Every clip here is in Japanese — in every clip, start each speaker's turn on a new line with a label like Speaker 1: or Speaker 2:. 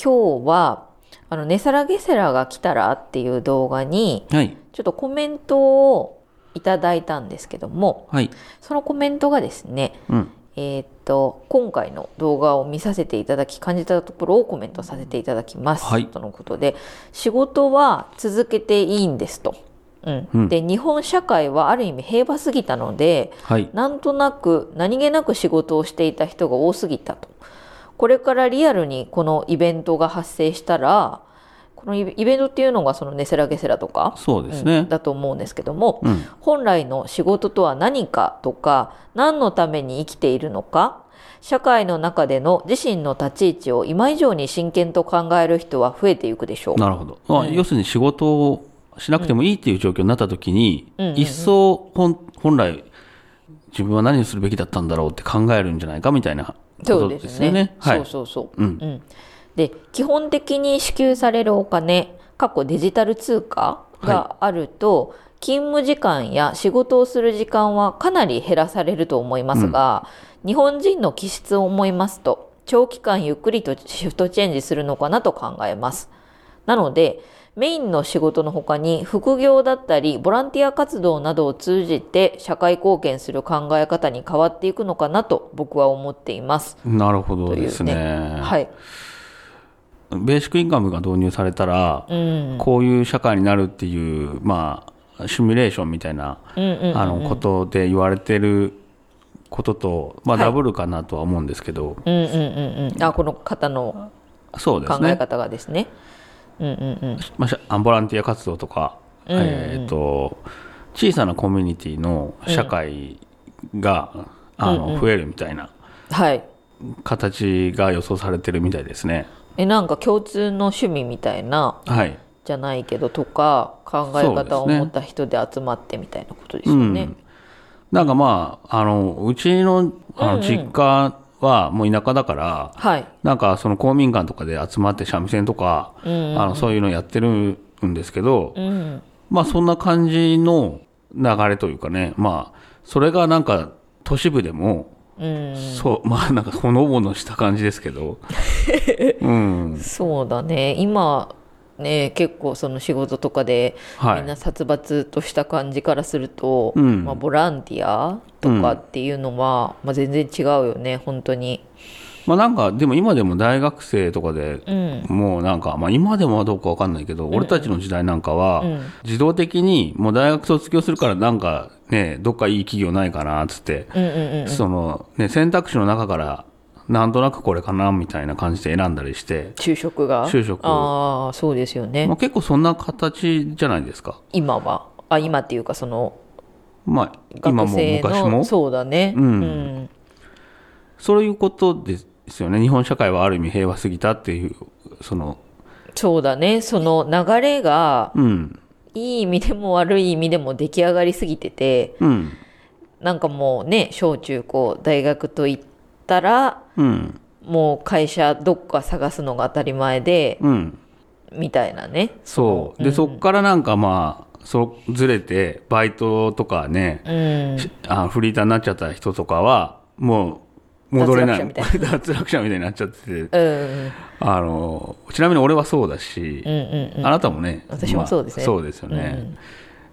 Speaker 1: 今日は、あの、ネサラゲセラが来たらっていう動画に、
Speaker 2: はい。
Speaker 1: ちょっとコメントをいただいたんですけども、
Speaker 2: はい。
Speaker 1: そのコメントがですね、
Speaker 2: うん。
Speaker 1: えーっと、今回の動画を見させていただき、感じたところをコメントさせていただきます。
Speaker 2: はい
Speaker 1: とのことで、仕事は続けていいんですと。うん。
Speaker 2: うん
Speaker 1: で、日本社会はある意味平和すぎたので、
Speaker 2: はい。
Speaker 1: なんとなく何気なく仕事をしていた人が多すぎたと。これからリアルにこのイベントが発生したら、このイベイベントっていうのがそのネセラゲセラとか、
Speaker 2: そうです
Speaker 1: う
Speaker 2: ね
Speaker 1: ん。だと思うんですけども、
Speaker 2: うん。
Speaker 1: 本来の仕事とは何かとか、何のために生きているのか、社会の中での自身の立ち位置を今以上に真剣と考える人は増えていくでしょう。
Speaker 2: なるほど。まあ要するに仕事をしなくてもいいっていう状況になった時に、一層本、本来、自分は何をするべきだったんだろうって考えるんじゃないかみたいなこ
Speaker 1: そう
Speaker 2: と
Speaker 1: で
Speaker 2: ですすよ
Speaker 1: ね
Speaker 2: ね。。はい
Speaker 1: そう。そうそう。
Speaker 2: うん
Speaker 1: うん、で基本的に支給されるお金過去デジタル通貨があると、勤務時間や仕事をする時間はかなり減らされると思いますが、日本人の気質を思いますと長期間ゆっくりとシフトチェンジするのかなと考えます。なのでメインの仕事の他に副業だったりボランティア活動などを通じて社会貢献する考え方に変わっていくのかなと僕は思っています。
Speaker 2: なるほどですね
Speaker 1: とはい。
Speaker 2: ベーシックインカムが導入されたら、
Speaker 1: うん。
Speaker 2: こういう社会になるっていう、まあ、シミュレーションみたいな、
Speaker 1: うんうん
Speaker 2: あのことで言われてることと、まあ、
Speaker 1: はい
Speaker 2: ダブルかなとは思うんですけど、
Speaker 1: うんうんうんうん。あ、この方の
Speaker 2: そうで
Speaker 1: 考
Speaker 2: す
Speaker 1: え
Speaker 2: ね、
Speaker 1: 方がですね。うんうんうん。
Speaker 2: まあしゃ、ボランティア活動とか、えーと小さなコミュニティの社会が、あの増えるみたいな
Speaker 1: はい。
Speaker 2: 形が予想されてるみたいですね。
Speaker 1: え、なんか共通の趣味みたいな、
Speaker 2: はい
Speaker 1: じゃないけどとか、考え方を
Speaker 2: そうですね
Speaker 1: 持った人で集まってみたいなことですよね。
Speaker 2: なんかまあ、あのうちのあの実家はもう田舎だから、
Speaker 1: はい。
Speaker 2: なんかその公民館とかで集まって三味線とか、
Speaker 1: うんうん
Speaker 2: あのそういうのやってるんですけど、
Speaker 1: うん。
Speaker 2: まあそんな感じの流れというかね、まあそれがなんか都市部でも、
Speaker 1: うん。
Speaker 2: そう、まあなんかほのぼのした感じです けど、うん、
Speaker 1: そうだね。今、ね、結構その仕事とかで
Speaker 2: は。
Speaker 1: みんない殺伐とした感じからすると、
Speaker 2: うん
Speaker 1: まあ、ボランティアとかっていうのは、まあ、全然違うよね本当に、
Speaker 2: まあなんかでも今でも大学生とかで、
Speaker 1: うん、
Speaker 2: もうなんか、まあ今でもはどうかわかんないけど、俺たちの時代なんかは
Speaker 1: うん、
Speaker 2: 自動的にもう大学卒業するからなんかね、どっかいい企業ないかな、つって、
Speaker 1: うんうんうん
Speaker 2: そのね、選択肢の中から、なんとなくこれかなみたいな感じで選んだりして、
Speaker 1: 就職が
Speaker 2: 就職
Speaker 1: ああそうですよね、
Speaker 2: まあ、結構そんな形じゃないですか。
Speaker 1: 今はあ今っていうかその
Speaker 2: まあ、今
Speaker 1: 学
Speaker 2: も
Speaker 1: 生
Speaker 2: 昔も
Speaker 1: の。そうだね
Speaker 2: うん
Speaker 1: うん
Speaker 2: そういうことですよね。日本社会はある意味平和すぎたっていう、その、
Speaker 1: そうだねその流れが
Speaker 2: うん、
Speaker 1: いい意味でも悪い意味でも出来上がりすぎてて
Speaker 2: うん、
Speaker 1: なんかもうね小中高大学といったら
Speaker 2: うん、
Speaker 1: もう会社どっか探すのが当たり前で
Speaker 2: うん。
Speaker 1: みたいなね
Speaker 2: そう。で、そっからなんかまあ、そずれて、バイトとかね、
Speaker 1: うん
Speaker 2: あフリーターになっちゃった人とかは、もう、戻れない。
Speaker 1: 脱落者
Speaker 2: 脱落者みたいになっちゃってて、
Speaker 1: うん
Speaker 2: あの、ちなみに俺はそうだし、
Speaker 1: うんうん
Speaker 2: あなたもね、
Speaker 1: 私もそうですね
Speaker 2: まあそうですよね。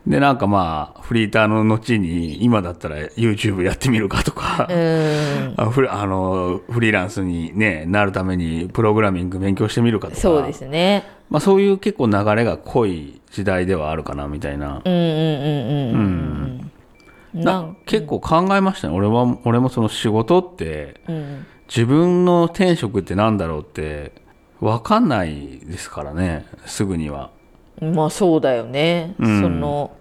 Speaker 2: で、なんかまあ、フリーターの後に、今だったら YouTube やってみるかとか、
Speaker 1: うん
Speaker 2: あフリあのフリーランスに、ね、なるためにプログラミング勉強してみるかとか、
Speaker 1: そうですね
Speaker 2: まあ、そういう結構流れが濃い時代ではあるかなみたいな。
Speaker 1: うんうんうんうんうんな
Speaker 2: なん結構考えましたね俺は俺もその仕事って
Speaker 1: うん
Speaker 2: 自分の転職ってなんだろうって分かんないですからねすぐには
Speaker 1: まあそうだよね、
Speaker 2: うん
Speaker 1: その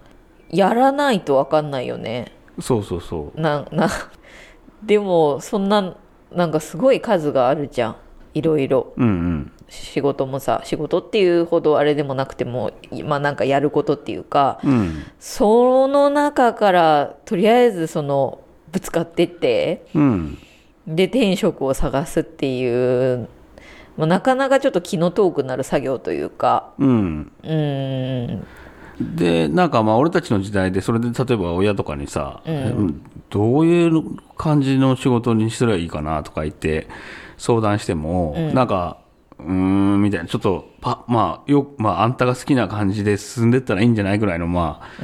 Speaker 1: やらないと分かんないよね
Speaker 2: そうそうそう
Speaker 1: なな でもそんななんかすごい数があるじゃんいろいろ
Speaker 2: うんうん
Speaker 1: 仕事もさ仕事っていうほどあれでもなくてもまあなんかやることっていうか
Speaker 2: うん
Speaker 1: その中からとりあえずそのぶつかってって
Speaker 2: うん
Speaker 1: で転職を探すっていう、まあ、なかなかちょっと気の遠くなる作業というか
Speaker 2: うん
Speaker 1: うーん
Speaker 2: でなんかまあ俺たちの時代でそれで例えば親とかにさ、どういう感じの仕事にすればいいかなとか言って相談しても、なんかうーん、みたいな、ちょっと、パ、まあ、よ、まあ、あんたが好きな感じで進んでったらいいんじゃないぐらいの、まあ、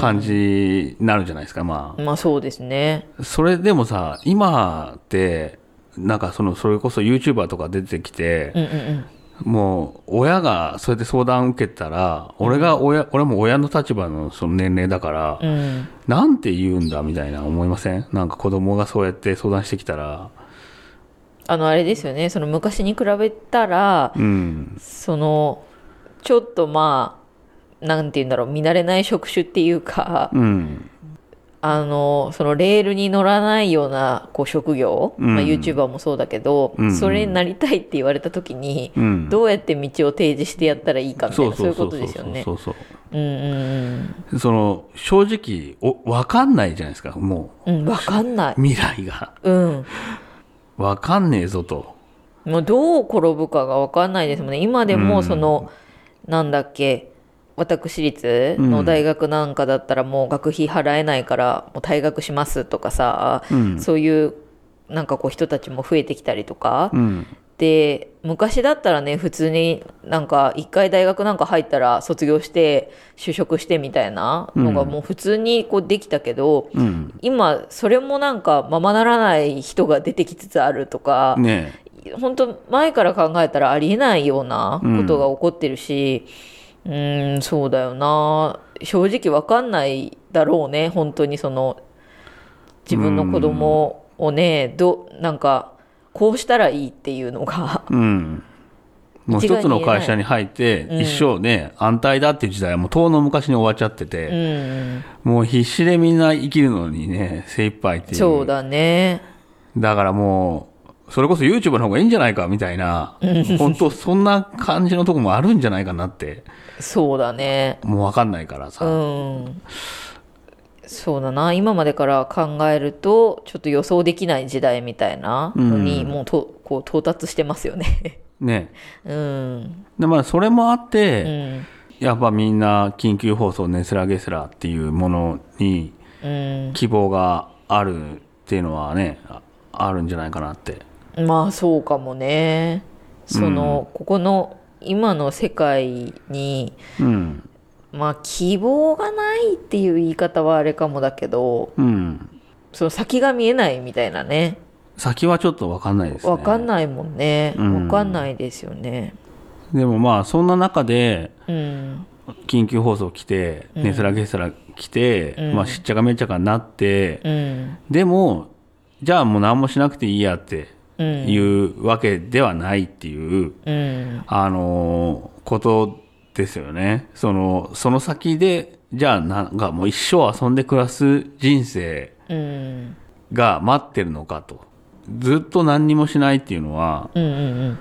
Speaker 2: 感じになるじゃないですか、ま
Speaker 1: まあそうですね。
Speaker 2: あ。それでもさ、今って、なんかその、それこそ YouTuber とか出てきて、
Speaker 1: うんうんうん。
Speaker 2: もう、親がそうやって相談受けたら、俺が親、俺も親の立場のその年齢だから、
Speaker 1: うん、
Speaker 2: なんて言うんだみたいな思いませんなんか子供がそうやって相談してきたら、
Speaker 1: あのあれですよねその昔に比べたら
Speaker 2: うん、
Speaker 1: そのちょっとまあなんて言うんだろう見慣れない職種っていうか
Speaker 2: うん、
Speaker 1: あのそのレールに乗らないようなこう職業、
Speaker 2: うん
Speaker 1: まあ、YouTuber もそうだけど、
Speaker 2: うんうん
Speaker 1: それになりたいって言われた時に、
Speaker 2: うん。
Speaker 1: どうやって道を提示してやったらいいかみたいなそういうことですよね。
Speaker 2: そうそう
Speaker 1: うんうん
Speaker 2: そうその、正直、お、わかんないじゃないですか、も、。
Speaker 1: うんうん、わかんないう
Speaker 2: 未来が。
Speaker 1: うん、
Speaker 2: わかんねえぞと。
Speaker 1: もうどう転ぶかが分かんないですもんね今で
Speaker 2: う
Speaker 1: も
Speaker 2: ん
Speaker 1: その、なんだっけ私立の大学なんかだったらもう学費払えないからもう退学しますとかさ、
Speaker 2: うん
Speaker 1: そういうなんかこう人たちも増えてきたりとか、
Speaker 2: うん、
Speaker 1: で昔だったらね普通になんか一回大学なんか入ったら卒業して就職してみたいなのがもう普通にこうできたけど、
Speaker 2: うん。
Speaker 1: 今それもなんかままならない人が出てきつつあるとか、
Speaker 2: ねえ。
Speaker 1: 本当前から考えたらありえないようなことが起こってるしうーんそうだよな正直わかんないだろうね本当にその自分の子供をねどなんかこうしたらいいっていうのが
Speaker 2: うん。もう
Speaker 1: 一概
Speaker 2: 一
Speaker 1: に
Speaker 2: つの会社に入って、一生ね、安泰だっていう時代はもう遠の昔に終わっちゃって
Speaker 1: う
Speaker 2: て、
Speaker 1: ん
Speaker 2: もう必死でみんな生きるのにね、精一杯っていう。
Speaker 1: そうだね
Speaker 2: だからもう、それこそ YouTuber の方がいいんじゃないかみたいな、本当そんな感じのとこもあるんじゃないかなって、
Speaker 1: そうだね
Speaker 2: もうわかんないから
Speaker 1: う
Speaker 2: さ。
Speaker 1: んそうだな今までから考えるとちょっと予想できない時代みたいなのにもうとこう到達してますよね
Speaker 2: ね。
Speaker 1: うん
Speaker 2: で、まあそれもあって、
Speaker 1: うん
Speaker 2: やっぱみんな緊急放送ネスラゲスラっていうものに
Speaker 1: うん
Speaker 2: 希望があるっていうのはね、ああるんじゃないかなって。
Speaker 1: まあそうかもねその、ここの今の世界に
Speaker 2: うん。
Speaker 1: まあ希望がないっていう言い方はあれかもだけど
Speaker 2: うん。
Speaker 1: その先が見えないみたいなね
Speaker 2: 先はちょっとわかんないですね。
Speaker 1: わかんないもんね
Speaker 2: うん
Speaker 1: わかんないですよね
Speaker 2: でもまあそんな中で、
Speaker 1: うん
Speaker 2: 緊急放送来て、ネスラゲスラ来て、まあしっちゃかめっちゃかになって、
Speaker 1: うん
Speaker 2: でも、じゃあもう何もしなくていいやって
Speaker 1: うん
Speaker 2: いうわけではないっていう、
Speaker 1: うん
Speaker 2: あのーことですよね。その、その先で、じゃあなんかもう一生遊んで暮らす人生
Speaker 1: うん
Speaker 2: が待ってるのかと。ずっと何にもしないっていうのは、
Speaker 1: うんうんうん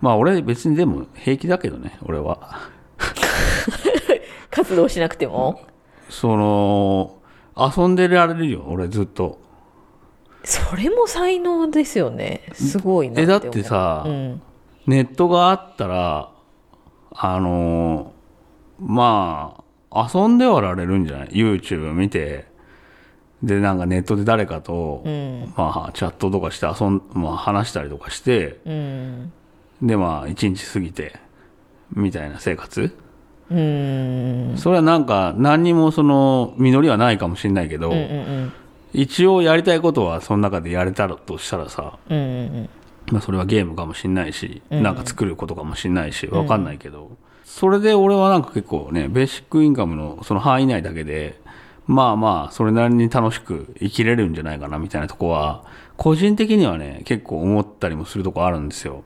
Speaker 2: まあ俺別にでも平気だけどね、俺は。
Speaker 1: 活動しなくても
Speaker 2: その、遊んでられるよ、俺ずっと。
Speaker 1: それも才能ですよねすごいな
Speaker 2: え、
Speaker 1: って
Speaker 2: だ
Speaker 1: 思
Speaker 2: っ
Speaker 1: う
Speaker 2: てさ、
Speaker 1: うん
Speaker 2: ネットがあったら、あのーまあ、遊んではられるんじゃない ?YouTube 見て、で、なんかネットで誰かと、
Speaker 1: うん
Speaker 2: まあ、チャットとかして遊ん、まあ、話したりとかして、
Speaker 1: うん
Speaker 2: で、まあ、一日過ぎて、みたいな生活、
Speaker 1: うん
Speaker 2: それはなんか、何にもその、実りはないかもしれないけど、
Speaker 1: うんうん
Speaker 2: 一応やりたいことは、その中でやれたらとしたらさ、
Speaker 1: うんうん
Speaker 2: まあ、それはゲームかもしんないし、なんか作ることかもしんないし、わかんないけど、それで俺はなんか結構ね、ベーシックインカムのその範囲内だけで、まあまあ、それなりに楽しく生きれるんじゃないかなみたいなとこは、個人的にはね、結構思ったりもするとこあるんですよ。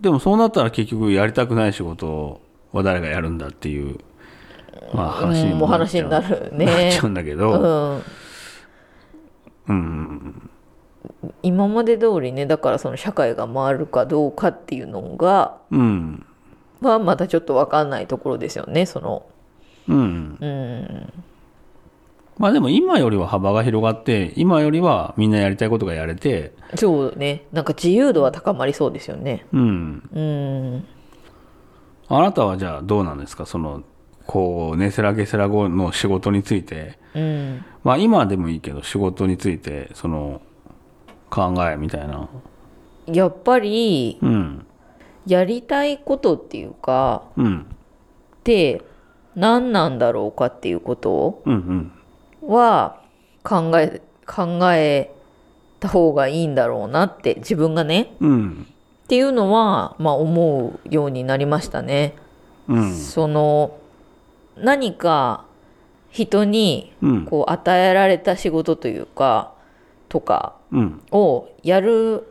Speaker 2: でもそうなったら結局やりたくない仕事は誰がやるんだっていう、まあ話に
Speaker 1: うんお
Speaker 2: もなっ
Speaker 1: 話
Speaker 2: ちゃう
Speaker 1: になるね
Speaker 2: なっちゃうんだけど、
Speaker 1: うん
Speaker 2: うん、
Speaker 1: 今まで通りねだからその社会が回るかどうかっていうのが
Speaker 2: うん、
Speaker 1: はまたちょっと分かんないところですよねその
Speaker 2: うん。
Speaker 1: うん
Speaker 2: まあでも今よりは幅が広がって、今よりはみんなやりたいことがやれて、
Speaker 1: そうねなんか自由度は高まりそうですよね
Speaker 2: うん。
Speaker 1: うん
Speaker 2: あなたはじゃあどうなんですかその、こう、ねせらげせらごの仕事について、
Speaker 1: うん
Speaker 2: まあ今でもいいけど仕事について、その、考えみたいな。
Speaker 1: やっぱり
Speaker 2: うん。
Speaker 1: やりたいことっていうか
Speaker 2: うん。
Speaker 1: って何なんだろうかっていうこと
Speaker 2: うんうん。
Speaker 1: は考え考えた方がいいんだろうなって自分がね
Speaker 2: うん。
Speaker 1: っていうのは、まあ、思うようになりましたね。
Speaker 2: うん。
Speaker 1: その何か人に
Speaker 2: うん。
Speaker 1: こう与えられた仕事というかとか
Speaker 2: うん。
Speaker 1: をやる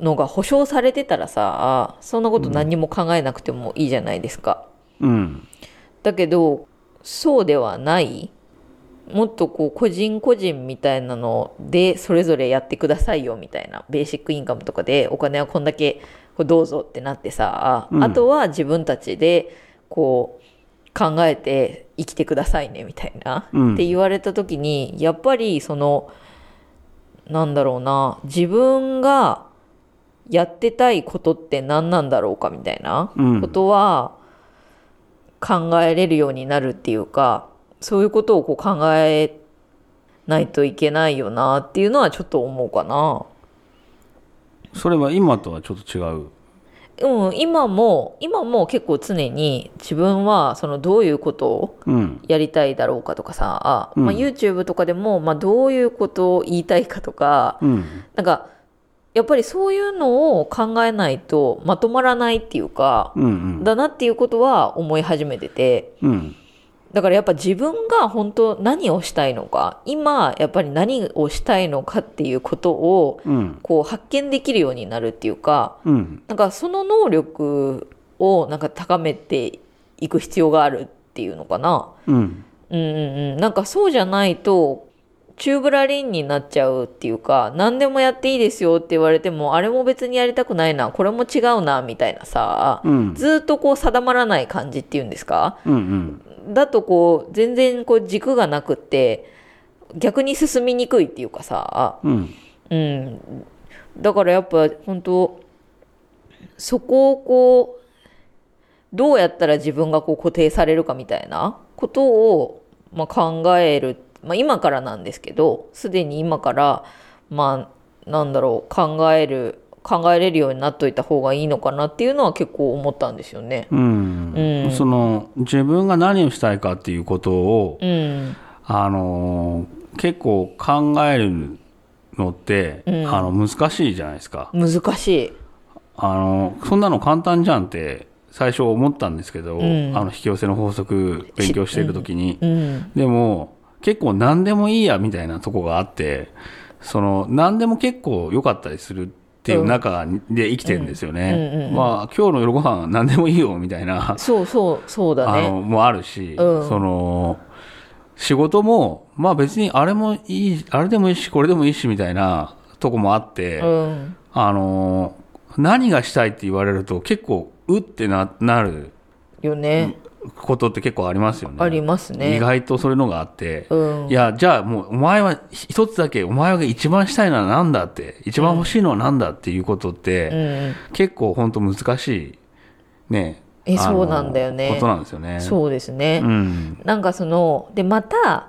Speaker 1: のが保証されてたらさそんなこと何にも考えなくてもいいじゃないですか。
Speaker 2: うん。
Speaker 1: だけどそうではないもっとこう個人個人みたいなのでそれぞれやってくださいよみたいなベーシックインカムとかでお金はこんだけこうどうぞってなってさ、
Speaker 2: うん
Speaker 1: あとは自分たちでこう考えて生きてくださいねみたいな、
Speaker 2: うん
Speaker 1: って言われた時にやっぱりそのなんだろうな自分がやってたいことって何なんだろうかみたいな
Speaker 2: うん
Speaker 1: ことは考えれるようになるっていうかそういうことをこう考えないといけないよなっていうのはちょっと思うかな。
Speaker 2: それは今とはちょっと違う。
Speaker 1: うん、今も今も結構常に自分はそのどういうことを
Speaker 2: うん。
Speaker 1: やりたいだろうかとかさ、
Speaker 2: うん
Speaker 1: まあ、YouTube とかでも、まあ、どういうことを言いたいかとか
Speaker 2: うん。
Speaker 1: なんかやっぱりそういうのを考えないとまとまらないっていうか、
Speaker 2: うんうん。
Speaker 1: だなっていうことは思い始めてて。
Speaker 2: うん。
Speaker 1: だからやっぱ自分が本当何をしたいのか今やっぱり何をしたいのかっていうことを
Speaker 2: うん。
Speaker 1: こう発見できるようになるっていうか
Speaker 2: うん。
Speaker 1: なんかその能力をなんか高めていく必要があるっていうのかな
Speaker 2: う
Speaker 1: う
Speaker 2: ん。
Speaker 1: んうんうんなんかそうじゃないとチューブラリンになっちゃうっていうか何でもやっていいですよって言われてもあれも別にやりたくないなこれも違うなみたいなさ
Speaker 2: うん。
Speaker 1: ずーっとこう定まらない感じっていうんですか
Speaker 2: うんうん。
Speaker 1: だとこう全然こう軸がなくって逆に進みにくいっていうかさ、
Speaker 2: うん。
Speaker 1: うん、だからやっぱ本当そこをこうどうやったら自分がこう固定されるかみたいなことを、まあ、考える、まあ、今からなんですけどすでに今からまあなんだろう考える考えれるようになっといた方がいいのかなっていうのは結構思ったんですよね。
Speaker 2: うん
Speaker 1: うん
Speaker 2: その自分が何をしたいかっていうことを、
Speaker 1: うん、
Speaker 2: あのー結構考えるのって、
Speaker 1: うん
Speaker 2: あの難しいじゃないですか、
Speaker 1: 難しい。
Speaker 2: あのそんなの簡単じゃんって最初思ったんですけど、
Speaker 1: うん
Speaker 2: あの引き寄せの法則勉強している時に、
Speaker 1: うん、
Speaker 2: でも結構何でもいいやみたいなとこがあってその何でも結構良かったりするっていう中で生きてるんですよね、
Speaker 1: うんうんうんうん
Speaker 2: まあ今日の夜ご飯は何でもいいよみた いな
Speaker 1: そうそうそうだ
Speaker 2: あ
Speaker 1: ね
Speaker 2: のもあるし、
Speaker 1: うん
Speaker 2: その仕事も、まあ、別にあれもいいあれでもいいしこれでもいいしみたいなとこもあって、
Speaker 1: うん
Speaker 2: あの何がしたいって言われると結構うってななる
Speaker 1: よね、
Speaker 2: ことって結構ありますよね
Speaker 1: ありますね
Speaker 2: 意外とそういうのがあって、
Speaker 1: うん
Speaker 2: いやじゃあもうお前は一つだけお前が一番したいのは何だって一番欲しいのは何だっていうことって、
Speaker 1: うん
Speaker 2: 結構本当難しいね
Speaker 1: え
Speaker 2: あの
Speaker 1: そうなんだよね
Speaker 2: ことなんですよね
Speaker 1: そうですね、
Speaker 2: うん
Speaker 1: なんかそのでまた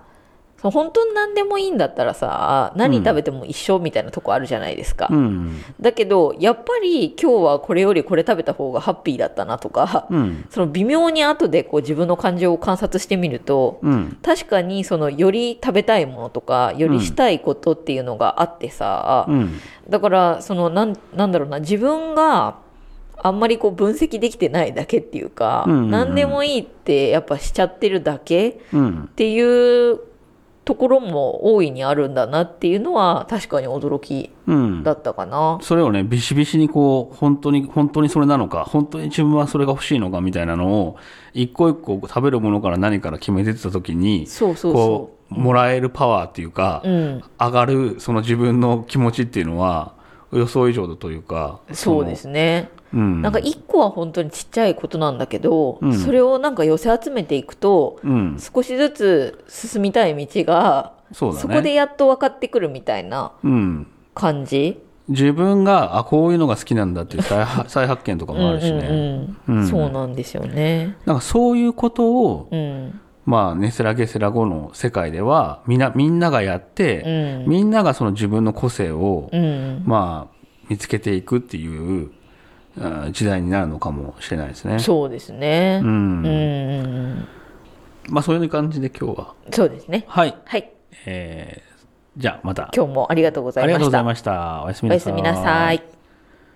Speaker 1: その本当に何でもいいんだったらさ何食べても一緒みたいなとこあるじゃないですか、
Speaker 2: うん
Speaker 1: だけどやっぱり今日はこれよりこれ食べた方がハッピーだったなとか、
Speaker 2: うん
Speaker 1: その微妙に後でこう自分の感情を観察してみると、
Speaker 2: うん
Speaker 1: 確かにそのより食べたいものとかよりしたいことっていうのがあってさ、
Speaker 2: うん
Speaker 1: だからそのなんなんだろうな自分があんまりこう分析できてないだけっていうか、
Speaker 2: うんうんうん
Speaker 1: 何でもいいってやっぱしちゃってるだけっ
Speaker 2: うん
Speaker 1: ていうところも大いにあるんだなっていうのは確かに驚き
Speaker 2: うん
Speaker 1: だったかな。
Speaker 2: それをねビシビシにこう本当に本当にそれなのか本当に自分はそれが欲しいのかみたいなのを一個一個食べるものから何から決めてた時に
Speaker 1: そうそうそ
Speaker 2: こうもらえるパワーっていうか、
Speaker 1: う。うん、
Speaker 2: 上がるその自分の気持ちっていうのは予想以上だというか
Speaker 1: そうですね。
Speaker 2: そのうん
Speaker 1: なんか一個は本当にちっちゃいことなんだけど、
Speaker 2: うん
Speaker 1: それをなんか寄せ集めていくと、
Speaker 2: うん
Speaker 1: 少しずつ進みたい道が
Speaker 2: そうだね
Speaker 1: そこでやっと分かってくるみたいな
Speaker 2: うん
Speaker 1: 感じ
Speaker 2: 自分があこういうのが好きなんだっていう再発 再発見とかもあるしね、
Speaker 1: うんうん
Speaker 2: う
Speaker 1: うんん、そうなんですよね。
Speaker 2: なんかそういうことを
Speaker 1: うん、
Speaker 2: まあ、ネスラゲセラゴの世界では、みんな、みんながやって、
Speaker 1: うん、
Speaker 2: みんながその自分の個性を、
Speaker 1: うん、
Speaker 2: まあ、見つけていくっていう、うん時代になるのかもしれないですね。
Speaker 1: そうですね
Speaker 2: う。ん
Speaker 1: うんうんうん。
Speaker 2: まあそういう感じで今日は。
Speaker 1: そうですね。
Speaker 2: はい。
Speaker 1: はい。
Speaker 2: えーじゃあまた。
Speaker 1: 今日もありがとうござ
Speaker 2: あ
Speaker 1: い
Speaker 2: り
Speaker 1: ま
Speaker 2: がとう
Speaker 1: し
Speaker 2: ござい
Speaker 1: た。
Speaker 2: ました。おやす
Speaker 1: お
Speaker 2: みな
Speaker 1: や
Speaker 2: さ
Speaker 1: す
Speaker 2: い。
Speaker 1: みなさい。